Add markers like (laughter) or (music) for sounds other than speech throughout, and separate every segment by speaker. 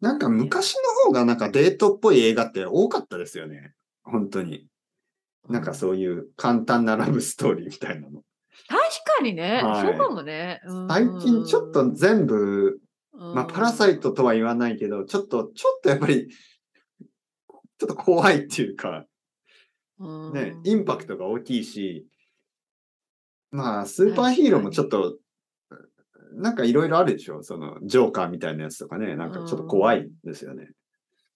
Speaker 1: なんか昔の方がなんかデートっぽい映画って多かったですよね。本当に。なんかそういう簡単なラブストーリーみたいなの。
Speaker 2: 確かにね、
Speaker 1: はい
Speaker 2: そうかもね。うん
Speaker 1: 最近ちょっと、全部、
Speaker 2: うん
Speaker 1: まあパラサイトとは言わないけど、ちょっと、ちょっとやっぱり、ちょっと怖いっていうか、ね、インパク。
Speaker 2: うん
Speaker 1: トが大きいし、まあ、スーパーヒーローもちょっと、なんかいろいろあるでしょその、ジョーカーみたいなやつとかね、なんかちょっと怖いですよね。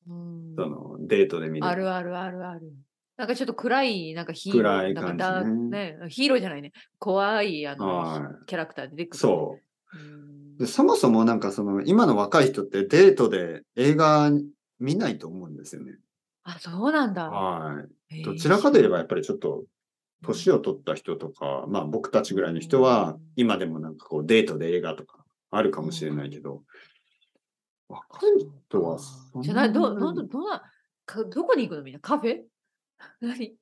Speaker 2: うん
Speaker 1: その、デートで見る。
Speaker 2: あるあるあるある。なんかちょっと暗い、なんかヒーロー。
Speaker 1: 暗い
Speaker 2: なんか
Speaker 1: 感じね
Speaker 2: ダークね。ヒーローじゃないね。怖い、あの
Speaker 1: は、
Speaker 2: キャラクター出てくる。
Speaker 1: そう。
Speaker 2: うん。
Speaker 1: でそもそもなんかその今の若い人ってデートで映画見ないと思うんですよね。
Speaker 2: あ、そうなんだ。
Speaker 1: はい。
Speaker 2: へえ
Speaker 1: どちらかといえばやっぱりちょっと年を取った人とか、まあ僕たちぐらいの人は
Speaker 2: うん
Speaker 1: 今でもなんかこうデートで映画とかあるかもしれないけど、若い人はそん
Speaker 2: じゃない、ど、ど、
Speaker 1: な
Speaker 2: ど、どんな、かどこに行くのみんなカフェ何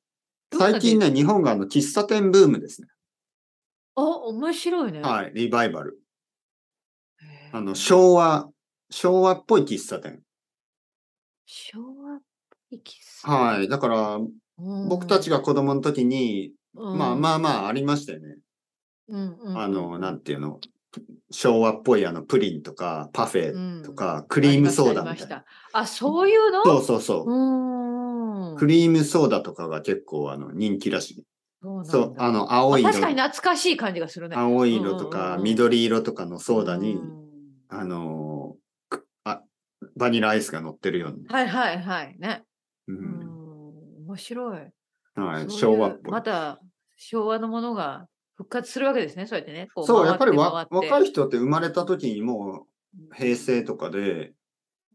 Speaker 2: どんな
Speaker 1: 最近ね、日本があの喫茶店ブームですね。
Speaker 2: あ、面白いね。
Speaker 1: はい。リバイバル。
Speaker 2: へー
Speaker 1: あの昭和、昭和っぽい喫茶店。
Speaker 2: 昭和っぽい喫茶
Speaker 1: はい。だから僕たちが子供の時に、まあまあまあありましたよね。あの、なんていうの、昭和っぽいあのプリンとかパフェ
Speaker 2: て
Speaker 1: とか、クリームソーダみたいな。
Speaker 2: あ、そういうの
Speaker 1: そうそうそうう。
Speaker 2: ーん。
Speaker 1: クリームソーダとかが結構あの人気らしい。
Speaker 2: そうなんだ
Speaker 1: そう、あの青い
Speaker 2: ま
Speaker 1: 色
Speaker 2: あ、確、かに懐かしい感じがするね。
Speaker 1: 青い色と
Speaker 2: うんうん
Speaker 1: か
Speaker 2: うん
Speaker 1: 緑色とかのソーダ
Speaker 2: う
Speaker 1: に、
Speaker 2: ん
Speaker 1: あのーくあ、バニラアイスが乗ってるよう
Speaker 2: はいはいはい。ね。
Speaker 1: な。
Speaker 2: うん、面白い。
Speaker 1: うんはい、
Speaker 2: そういう
Speaker 1: 昭和っぽい。
Speaker 2: また昭和のものが復活するわけですね、そうやってね。こ
Speaker 1: そう、やっぱり
Speaker 2: 回
Speaker 1: わ
Speaker 2: て
Speaker 1: 若い人って生まれた時にもう平成とかで、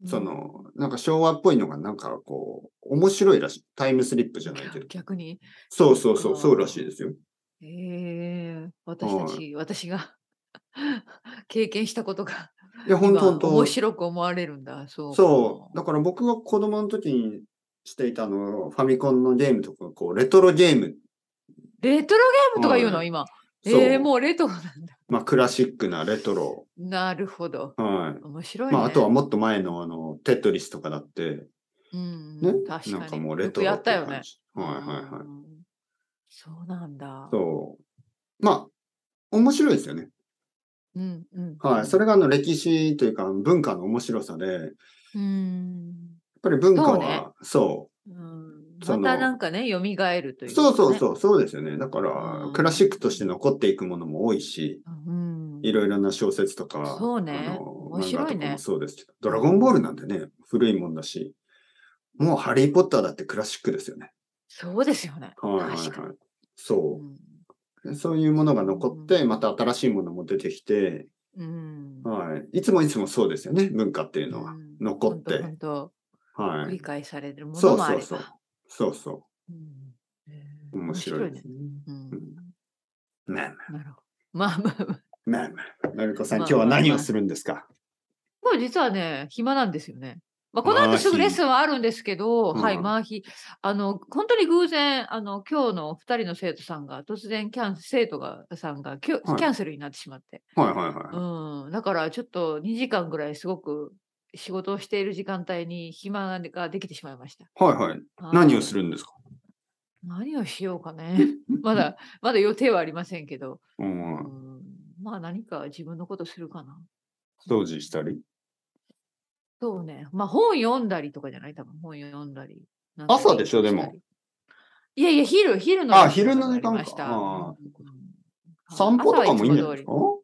Speaker 2: うん
Speaker 1: その、なんか昭和っぽいのがなんかこう、面白いらしい。タイムスリップじゃないけど。
Speaker 2: 逆に。
Speaker 1: そうそうそ
Speaker 2: あ
Speaker 1: う、
Speaker 2: ー
Speaker 1: そうらしいですよ。
Speaker 2: ええ私たち、私が (laughs) 経験したことが
Speaker 1: いや、本当
Speaker 2: 今
Speaker 1: 本
Speaker 2: 面
Speaker 1: 当
Speaker 2: 白く思われるんだ。そうか。
Speaker 1: そう。だから僕が子供の時にしていたのは、ファミコンのゲームとか、こう、レトロゲーム。
Speaker 2: レトロゲームとか言うの、
Speaker 1: はい
Speaker 2: 今。
Speaker 1: そう
Speaker 2: ええもうレトロなんだ。
Speaker 1: まあ、クラシックなレトロ。
Speaker 2: な (laughs) るほど。
Speaker 1: は
Speaker 2: 面白い
Speaker 1: い。
Speaker 2: ね。
Speaker 1: まあ、あとはもっと前の、あの、テトリスとかだって、
Speaker 2: うん
Speaker 1: ね
Speaker 2: うん、。確かに。
Speaker 1: なんかもうレトロ
Speaker 2: よくや
Speaker 1: っ
Speaker 2: ってた
Speaker 1: い
Speaker 2: よ
Speaker 1: う感
Speaker 2: ね。
Speaker 1: じ。はいはいはい。
Speaker 2: うんそうなんだ。
Speaker 1: そう。まあ、面白いですよね。
Speaker 2: うんうん。
Speaker 1: はい。それがあの歴史というか文化の面白さで、やっ
Speaker 2: うん。
Speaker 1: ぱり文化
Speaker 2: そうね
Speaker 1: は、そう。
Speaker 2: うん
Speaker 1: そ
Speaker 2: ま
Speaker 1: の
Speaker 2: たなんかね、蘇るという、ね。
Speaker 1: そうそうそう、そうですよね。だから、
Speaker 2: うん
Speaker 1: クラシックとして残っていくものも多いし、
Speaker 2: うん。
Speaker 1: いろいろな小説とか、
Speaker 2: そうね
Speaker 1: あの
Speaker 2: 面白
Speaker 1: 漫
Speaker 2: いね
Speaker 1: 画とかもそうですけど、ドラゴンボールなんてね、古いもんだし、もうハリー・ポッターだってクラシックですよね。
Speaker 2: そうですよね。
Speaker 1: はいはいはい
Speaker 2: 確かに。。
Speaker 1: そうう。そういうものが残っ
Speaker 2: う
Speaker 1: て、
Speaker 2: ん
Speaker 1: また新しいものも出てきて、
Speaker 2: ん。うん
Speaker 1: はい。いつもいつもそうですよね、文化っていうのは。
Speaker 2: うん
Speaker 1: 残って
Speaker 2: ほんとほんと
Speaker 1: は
Speaker 2: 繰り
Speaker 1: い。
Speaker 2: 返されるも
Speaker 1: そ
Speaker 2: の
Speaker 1: う
Speaker 2: もあ
Speaker 1: そ
Speaker 2: れ
Speaker 1: う
Speaker 2: ば。
Speaker 1: そう。そうそ
Speaker 2: うんえ
Speaker 1: う。
Speaker 2: ー
Speaker 1: 面白いで
Speaker 2: ね
Speaker 1: す。ね。
Speaker 2: うん
Speaker 1: まあまあ
Speaker 2: なるほど。まあまあまあ。
Speaker 1: まあまあ。なるこさん、
Speaker 2: ま
Speaker 1: 今日は
Speaker 2: あ
Speaker 1: 何を
Speaker 2: まあまあ
Speaker 1: するんですか
Speaker 2: もう実はね、暇なんですよね。まあ、この
Speaker 1: マーヒ
Speaker 2: 後
Speaker 1: ー
Speaker 2: すぐレッスンはあるんですけど、はい、
Speaker 1: うん
Speaker 2: マーヒー。あの、本当に偶然、あの、今日の二人の生徒さんが、突然キャン、生徒が、さんがきょ、
Speaker 1: はい
Speaker 2: キャンセルになってしまって。
Speaker 1: はいはいはい。
Speaker 2: うん。だから、ちょっと2時間ぐらいすごく仕事をしている時間帯に暇ができてしまいました。
Speaker 1: はいはい。何をす
Speaker 2: る
Speaker 1: るんですか、
Speaker 2: 何をしようかね。 (laughs) まだ、まだ予定はありませんけど、
Speaker 1: う、
Speaker 2: うんん、まあ何か自分のことするかな。
Speaker 1: 掃除したり
Speaker 2: そうね。まあ本読んだりとかじゃない多分本読んだり。なんか
Speaker 1: 朝でしょでも
Speaker 2: 勉強たり。いやいや、昼、昼の
Speaker 1: あ
Speaker 2: 時間
Speaker 1: 昼の時間か
Speaker 2: がありました。
Speaker 1: ああ
Speaker 2: うん
Speaker 1: 散歩とかもいいんじゃないですか
Speaker 2: 朝はいつも通り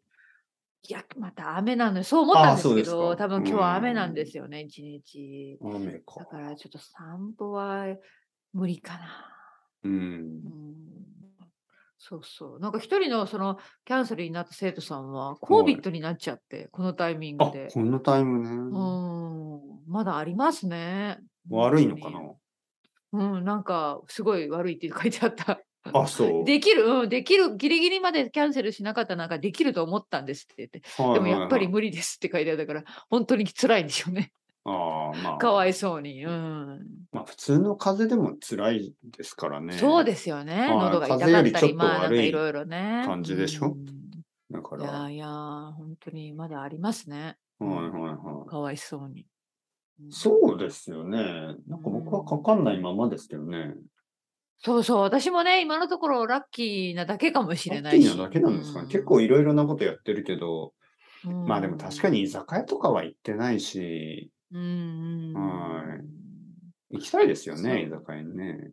Speaker 2: いや、また雨なのよそう思ったんですけ
Speaker 1: ああそうで
Speaker 2: ど、
Speaker 1: すか
Speaker 2: 多分今日は雨
Speaker 1: うん
Speaker 2: なんですよね、一日。
Speaker 1: 雨か
Speaker 2: だ。からちょっと散歩は無理かな。
Speaker 1: うん
Speaker 2: う。んそうそう。なんか一人のそのキャンセルになった生徒さんは、コービットになっちゃって、このタイミング
Speaker 1: あ、
Speaker 2: で。
Speaker 1: こんなタイム
Speaker 2: う
Speaker 1: ね。
Speaker 2: ん、まだありますね。
Speaker 1: 悪いのか
Speaker 2: 本
Speaker 1: な
Speaker 2: 当にうん、なんかすごい悪いって書いてあった。
Speaker 1: あ、そう。
Speaker 2: できる、うん、できる、ギリギリまでキャンセルしなかったなんかできると思ったんですって言って、
Speaker 1: はい
Speaker 2: で
Speaker 1: はい
Speaker 2: も
Speaker 1: はい
Speaker 2: やっぱり無理ですって書いてあったから、本当に辛いんでし
Speaker 1: (laughs)
Speaker 2: ょうね。
Speaker 1: ああ、まあ。
Speaker 2: かわいそうに。うん。
Speaker 1: まあ、普通の風邪でも辛いですからね。
Speaker 2: そう
Speaker 1: で
Speaker 2: ですよね。
Speaker 1: はい
Speaker 2: 喉が痛か
Speaker 1: 風
Speaker 2: っ
Speaker 1: 邪より
Speaker 2: た
Speaker 1: ちょっと
Speaker 2: り、まあなんか
Speaker 1: 悪い
Speaker 2: いろいろね。
Speaker 1: 感じでしょ
Speaker 2: うん
Speaker 1: す。だか
Speaker 2: い
Speaker 1: ら、
Speaker 2: や
Speaker 1: はい
Speaker 2: いや、本当にまだありますね。
Speaker 1: はいは
Speaker 2: かわいそうに。
Speaker 1: そうですよね。なんか僕はかかんないままですけどね。
Speaker 2: そうそう、私もね、今のところラッキーなだけかもしれないし。
Speaker 1: ラッキーなだけなんですかね。結構いろいろなことやってるけど、まあでも確かに居酒屋とかは行ってないし、
Speaker 2: うん。
Speaker 1: はい。行きたいですよね、居酒屋にね。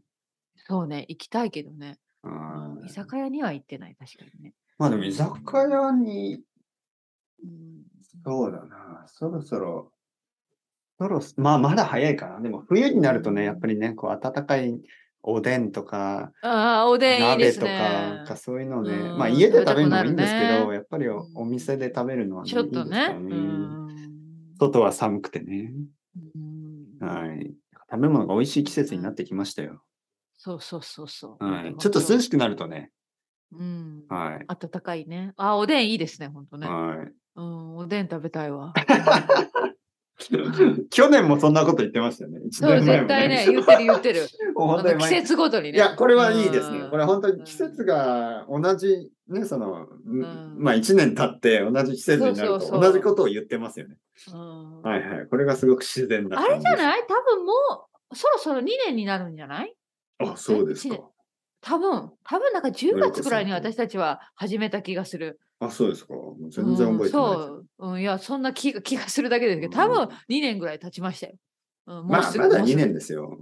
Speaker 2: そうね、行きたいけどね。
Speaker 1: は
Speaker 2: 居
Speaker 1: い
Speaker 2: 酒屋には行ってない、確かにね。
Speaker 1: まあでも居酒屋に、
Speaker 2: うん
Speaker 1: そうだな、そろそろ、そろそ、まあまだ早いかな。でも冬になるとね、やっぱりね、こう温かいおでんとか、
Speaker 2: ああ、おでんいいで
Speaker 1: 鍋
Speaker 2: す
Speaker 1: とか、
Speaker 2: ね
Speaker 1: なん。かそういうのをね、
Speaker 2: うん
Speaker 1: まあ家で食べるのはいいんです
Speaker 2: 食べたく
Speaker 1: け
Speaker 2: な
Speaker 1: ど、
Speaker 2: る
Speaker 1: やっぱりおお店で食べるのは、
Speaker 2: ちょっとね。
Speaker 1: いいですから
Speaker 2: うん
Speaker 1: 外は寒くてね。
Speaker 2: うん
Speaker 1: はい。食べ物が美味しい季節になってきましたよ。
Speaker 2: そうそうそうそう。
Speaker 1: はい。ちょっと涼しくなるとね。
Speaker 2: うん。
Speaker 1: はい。
Speaker 2: 暖かいね。あ、おでんいいですね、本当ね。
Speaker 1: はい。 (laughs)
Speaker 2: うん、おでん食べたいわ。
Speaker 1: 去年もそんなこと言ってましたよね。一
Speaker 2: そう、
Speaker 1: 年前
Speaker 2: 絶
Speaker 1: も
Speaker 2: 対ね、言ってる言ってる。
Speaker 1: (laughs) もう
Speaker 2: あ
Speaker 1: 本当
Speaker 2: の
Speaker 1: に
Speaker 2: 季
Speaker 1: 毎日
Speaker 2: 節ごとに
Speaker 1: い
Speaker 2: ね。
Speaker 1: や、これはいいですね
Speaker 2: う。ん
Speaker 1: これ本当に季節が同じ、ね、その、
Speaker 2: ん
Speaker 1: まあ一年経って同じ季節にな
Speaker 2: そ
Speaker 1: る
Speaker 2: うそう
Speaker 1: と
Speaker 2: そう
Speaker 1: 同じことを言ってますよね。
Speaker 2: うん
Speaker 1: はいはい。これがすごく自然な
Speaker 2: あ
Speaker 1: 感
Speaker 2: れじゃ
Speaker 1: い
Speaker 2: ない多分もう、そろそろ2年になるんじゃない
Speaker 1: あ、そうですか
Speaker 2: 一。多分、多分なんか10
Speaker 1: どういうこと
Speaker 2: 月ぐらいに私たちは始めた気がする。
Speaker 1: あ、そうですか。もう全然覚えてない。
Speaker 2: うん、そう、うん、いや、そんな気が気がするだけですけど、多
Speaker 1: うん
Speaker 2: 分2年ぐらい経ちましたよ。うん、もう
Speaker 1: まあ、
Speaker 2: すぐ
Speaker 1: まだ
Speaker 2: もうす
Speaker 1: 2
Speaker 2: ぐ
Speaker 1: 年ですよ。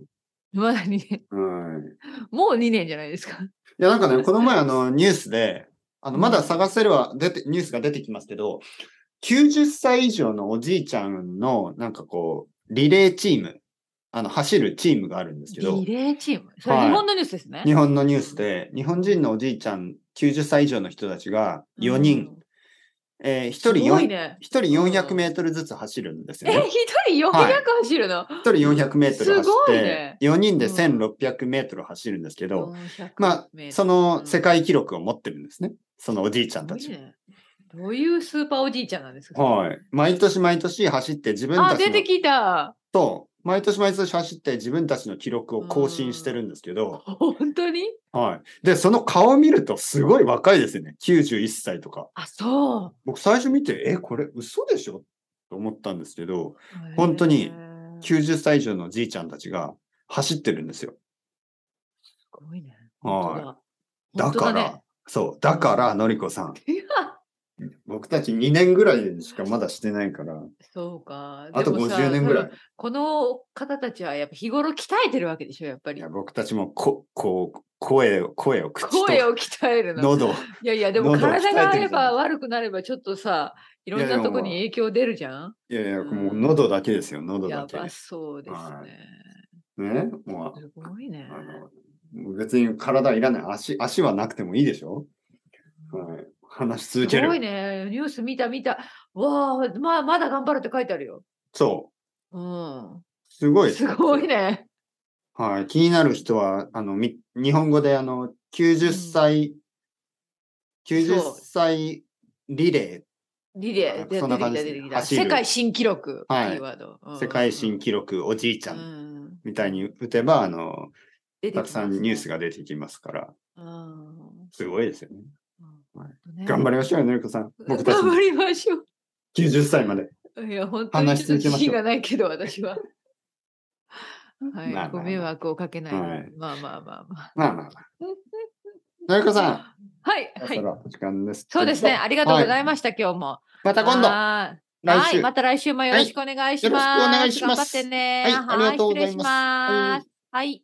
Speaker 2: まだ2年。
Speaker 1: はい。
Speaker 2: もう2年じゃないですか。
Speaker 1: いや、なんかね、この前、あの、ニュースで、あの、まだ探せるは、出て、ニュースが出てきますけど、90歳以上のおじいちゃんの、なんかこう、リレーチーム、あの、走るチームがあるんですけど
Speaker 2: リ、レーチーム。それ
Speaker 1: はい
Speaker 2: 日本のニュースですね。
Speaker 1: 日本のニュースで、日本人のおじいちゃん、90歳以上の人たちが、4人、えー、1人
Speaker 2: うん。すごい
Speaker 1: 4、
Speaker 2: ね。
Speaker 1: 一人400メートルずつ走るんです
Speaker 2: え、
Speaker 1: よね。
Speaker 2: 一人400
Speaker 1: はい
Speaker 2: 走るの、
Speaker 1: 1人400メートル走
Speaker 2: す
Speaker 1: っ
Speaker 2: ごい
Speaker 1: て
Speaker 2: ね、
Speaker 1: 4人で
Speaker 2: うん
Speaker 1: 1600メートル走るんですけど、
Speaker 2: 400
Speaker 1: まあ
Speaker 2: メート、ル
Speaker 1: その世界記録を持ってるんですね。そのおじいちゃんた
Speaker 2: す
Speaker 1: ち
Speaker 2: ごい。ね。どういうスーパーおじいちゃんなんですか、
Speaker 1: はい。毎年毎年走って自分
Speaker 2: あ、
Speaker 1: た
Speaker 2: 出
Speaker 1: ちの
Speaker 2: て、きた。
Speaker 1: そう毎年毎年走って自分たちの記録を更新してるんですけど、
Speaker 2: 本当に
Speaker 1: はい。で、その顔を見るとすごい若いですよね。91歳とか。
Speaker 2: あ、そ
Speaker 1: 僕最初見て、え、これ嘘でしょと思ったんですけど
Speaker 2: う、。
Speaker 1: 本当に
Speaker 2: へーす
Speaker 1: 90歳以上のじいちゃんたちが走ってるんですよ。
Speaker 2: ごいね。
Speaker 1: は
Speaker 2: 本
Speaker 1: い。だ
Speaker 2: 当
Speaker 1: か
Speaker 2: だ
Speaker 1: ら、そう。だから、のりこさん、
Speaker 2: いや、
Speaker 1: 僕たち2年ぐらいしかまだしてないから、
Speaker 2: そうか。
Speaker 1: あと
Speaker 2: でもさ
Speaker 1: 50年ぐらい。
Speaker 2: この方たちはやっぱ日頃鍛えてるわけでしょ、やっぱ
Speaker 1: い
Speaker 2: り
Speaker 1: や。僕たちもここう声を声を口と
Speaker 2: 声を鍛えるの。
Speaker 1: 喉を
Speaker 2: いやいや、でも
Speaker 1: 喉を鍛えてる
Speaker 2: 体
Speaker 1: じゃん
Speaker 2: がやっぱ悪くなればちょっとさ、いろん
Speaker 1: いやい
Speaker 2: な
Speaker 1: や
Speaker 2: とこに影響出るじゃん
Speaker 1: いやいや
Speaker 2: うん
Speaker 1: もう喉だけですよ喉
Speaker 2: や
Speaker 1: だけ
Speaker 2: ばそうです
Speaker 1: は
Speaker 2: ね。
Speaker 1: ねも
Speaker 2: すごいね
Speaker 1: う。あの別に体いらない足足はなくてもいいでしょ、はい、話し続け
Speaker 2: すごい
Speaker 1: る、
Speaker 2: ね。ニュース見た見た。わあ、まあ、まだ頑張るって書いてあるよ。
Speaker 1: そう
Speaker 2: うん。
Speaker 1: すごいです
Speaker 2: ごいね。
Speaker 1: はい、気になる人はあのみ日本語であの90歳、90歳リレ
Speaker 2: リレーで
Speaker 1: そんな
Speaker 2: 出て
Speaker 1: 感じで
Speaker 2: きた
Speaker 1: す
Speaker 2: 出
Speaker 1: ね
Speaker 2: てきた。
Speaker 1: 走る
Speaker 2: 世界新記録、
Speaker 1: はい
Speaker 2: キーワード。う
Speaker 1: ー
Speaker 2: ん
Speaker 1: 世界新記録おじいちゃ
Speaker 2: うんん
Speaker 1: みたいに打てばあの
Speaker 2: 出てき
Speaker 1: た
Speaker 2: ま
Speaker 1: く
Speaker 2: す
Speaker 1: さんニュースが出てきますから
Speaker 2: うん
Speaker 1: すごいですよね。
Speaker 2: うん
Speaker 1: 頑張りましょうよ、のりこさん。僕たち
Speaker 2: 頑
Speaker 1: も
Speaker 2: 張りましょ
Speaker 1: 90歳まで。
Speaker 2: う。いや、本当に
Speaker 1: 話
Speaker 2: ち
Speaker 1: し
Speaker 2: ょっと
Speaker 1: 続けましょ
Speaker 2: 自
Speaker 1: う
Speaker 2: 信がないけど、
Speaker 1: (laughs)
Speaker 2: 私は。は
Speaker 1: まあま
Speaker 2: い、
Speaker 1: あまあ
Speaker 2: ご迷惑をかけないように、
Speaker 1: はい
Speaker 2: まあまあまあまあ。
Speaker 1: まあまあまあ。のりこさん、
Speaker 2: はい、
Speaker 1: そ
Speaker 2: は
Speaker 1: ろそ
Speaker 2: い。
Speaker 1: ろ時間です。
Speaker 2: そうですね。ありがとうございま
Speaker 1: し
Speaker 2: した、今日も。
Speaker 1: た。また今度、
Speaker 2: はーい
Speaker 1: 来
Speaker 2: は
Speaker 1: 週。
Speaker 2: い、また来週もよろしくお願いします。
Speaker 1: はいよろしくお願いします
Speaker 2: 頑張ってね。
Speaker 1: はいありがとうございます
Speaker 2: 失礼します。はい。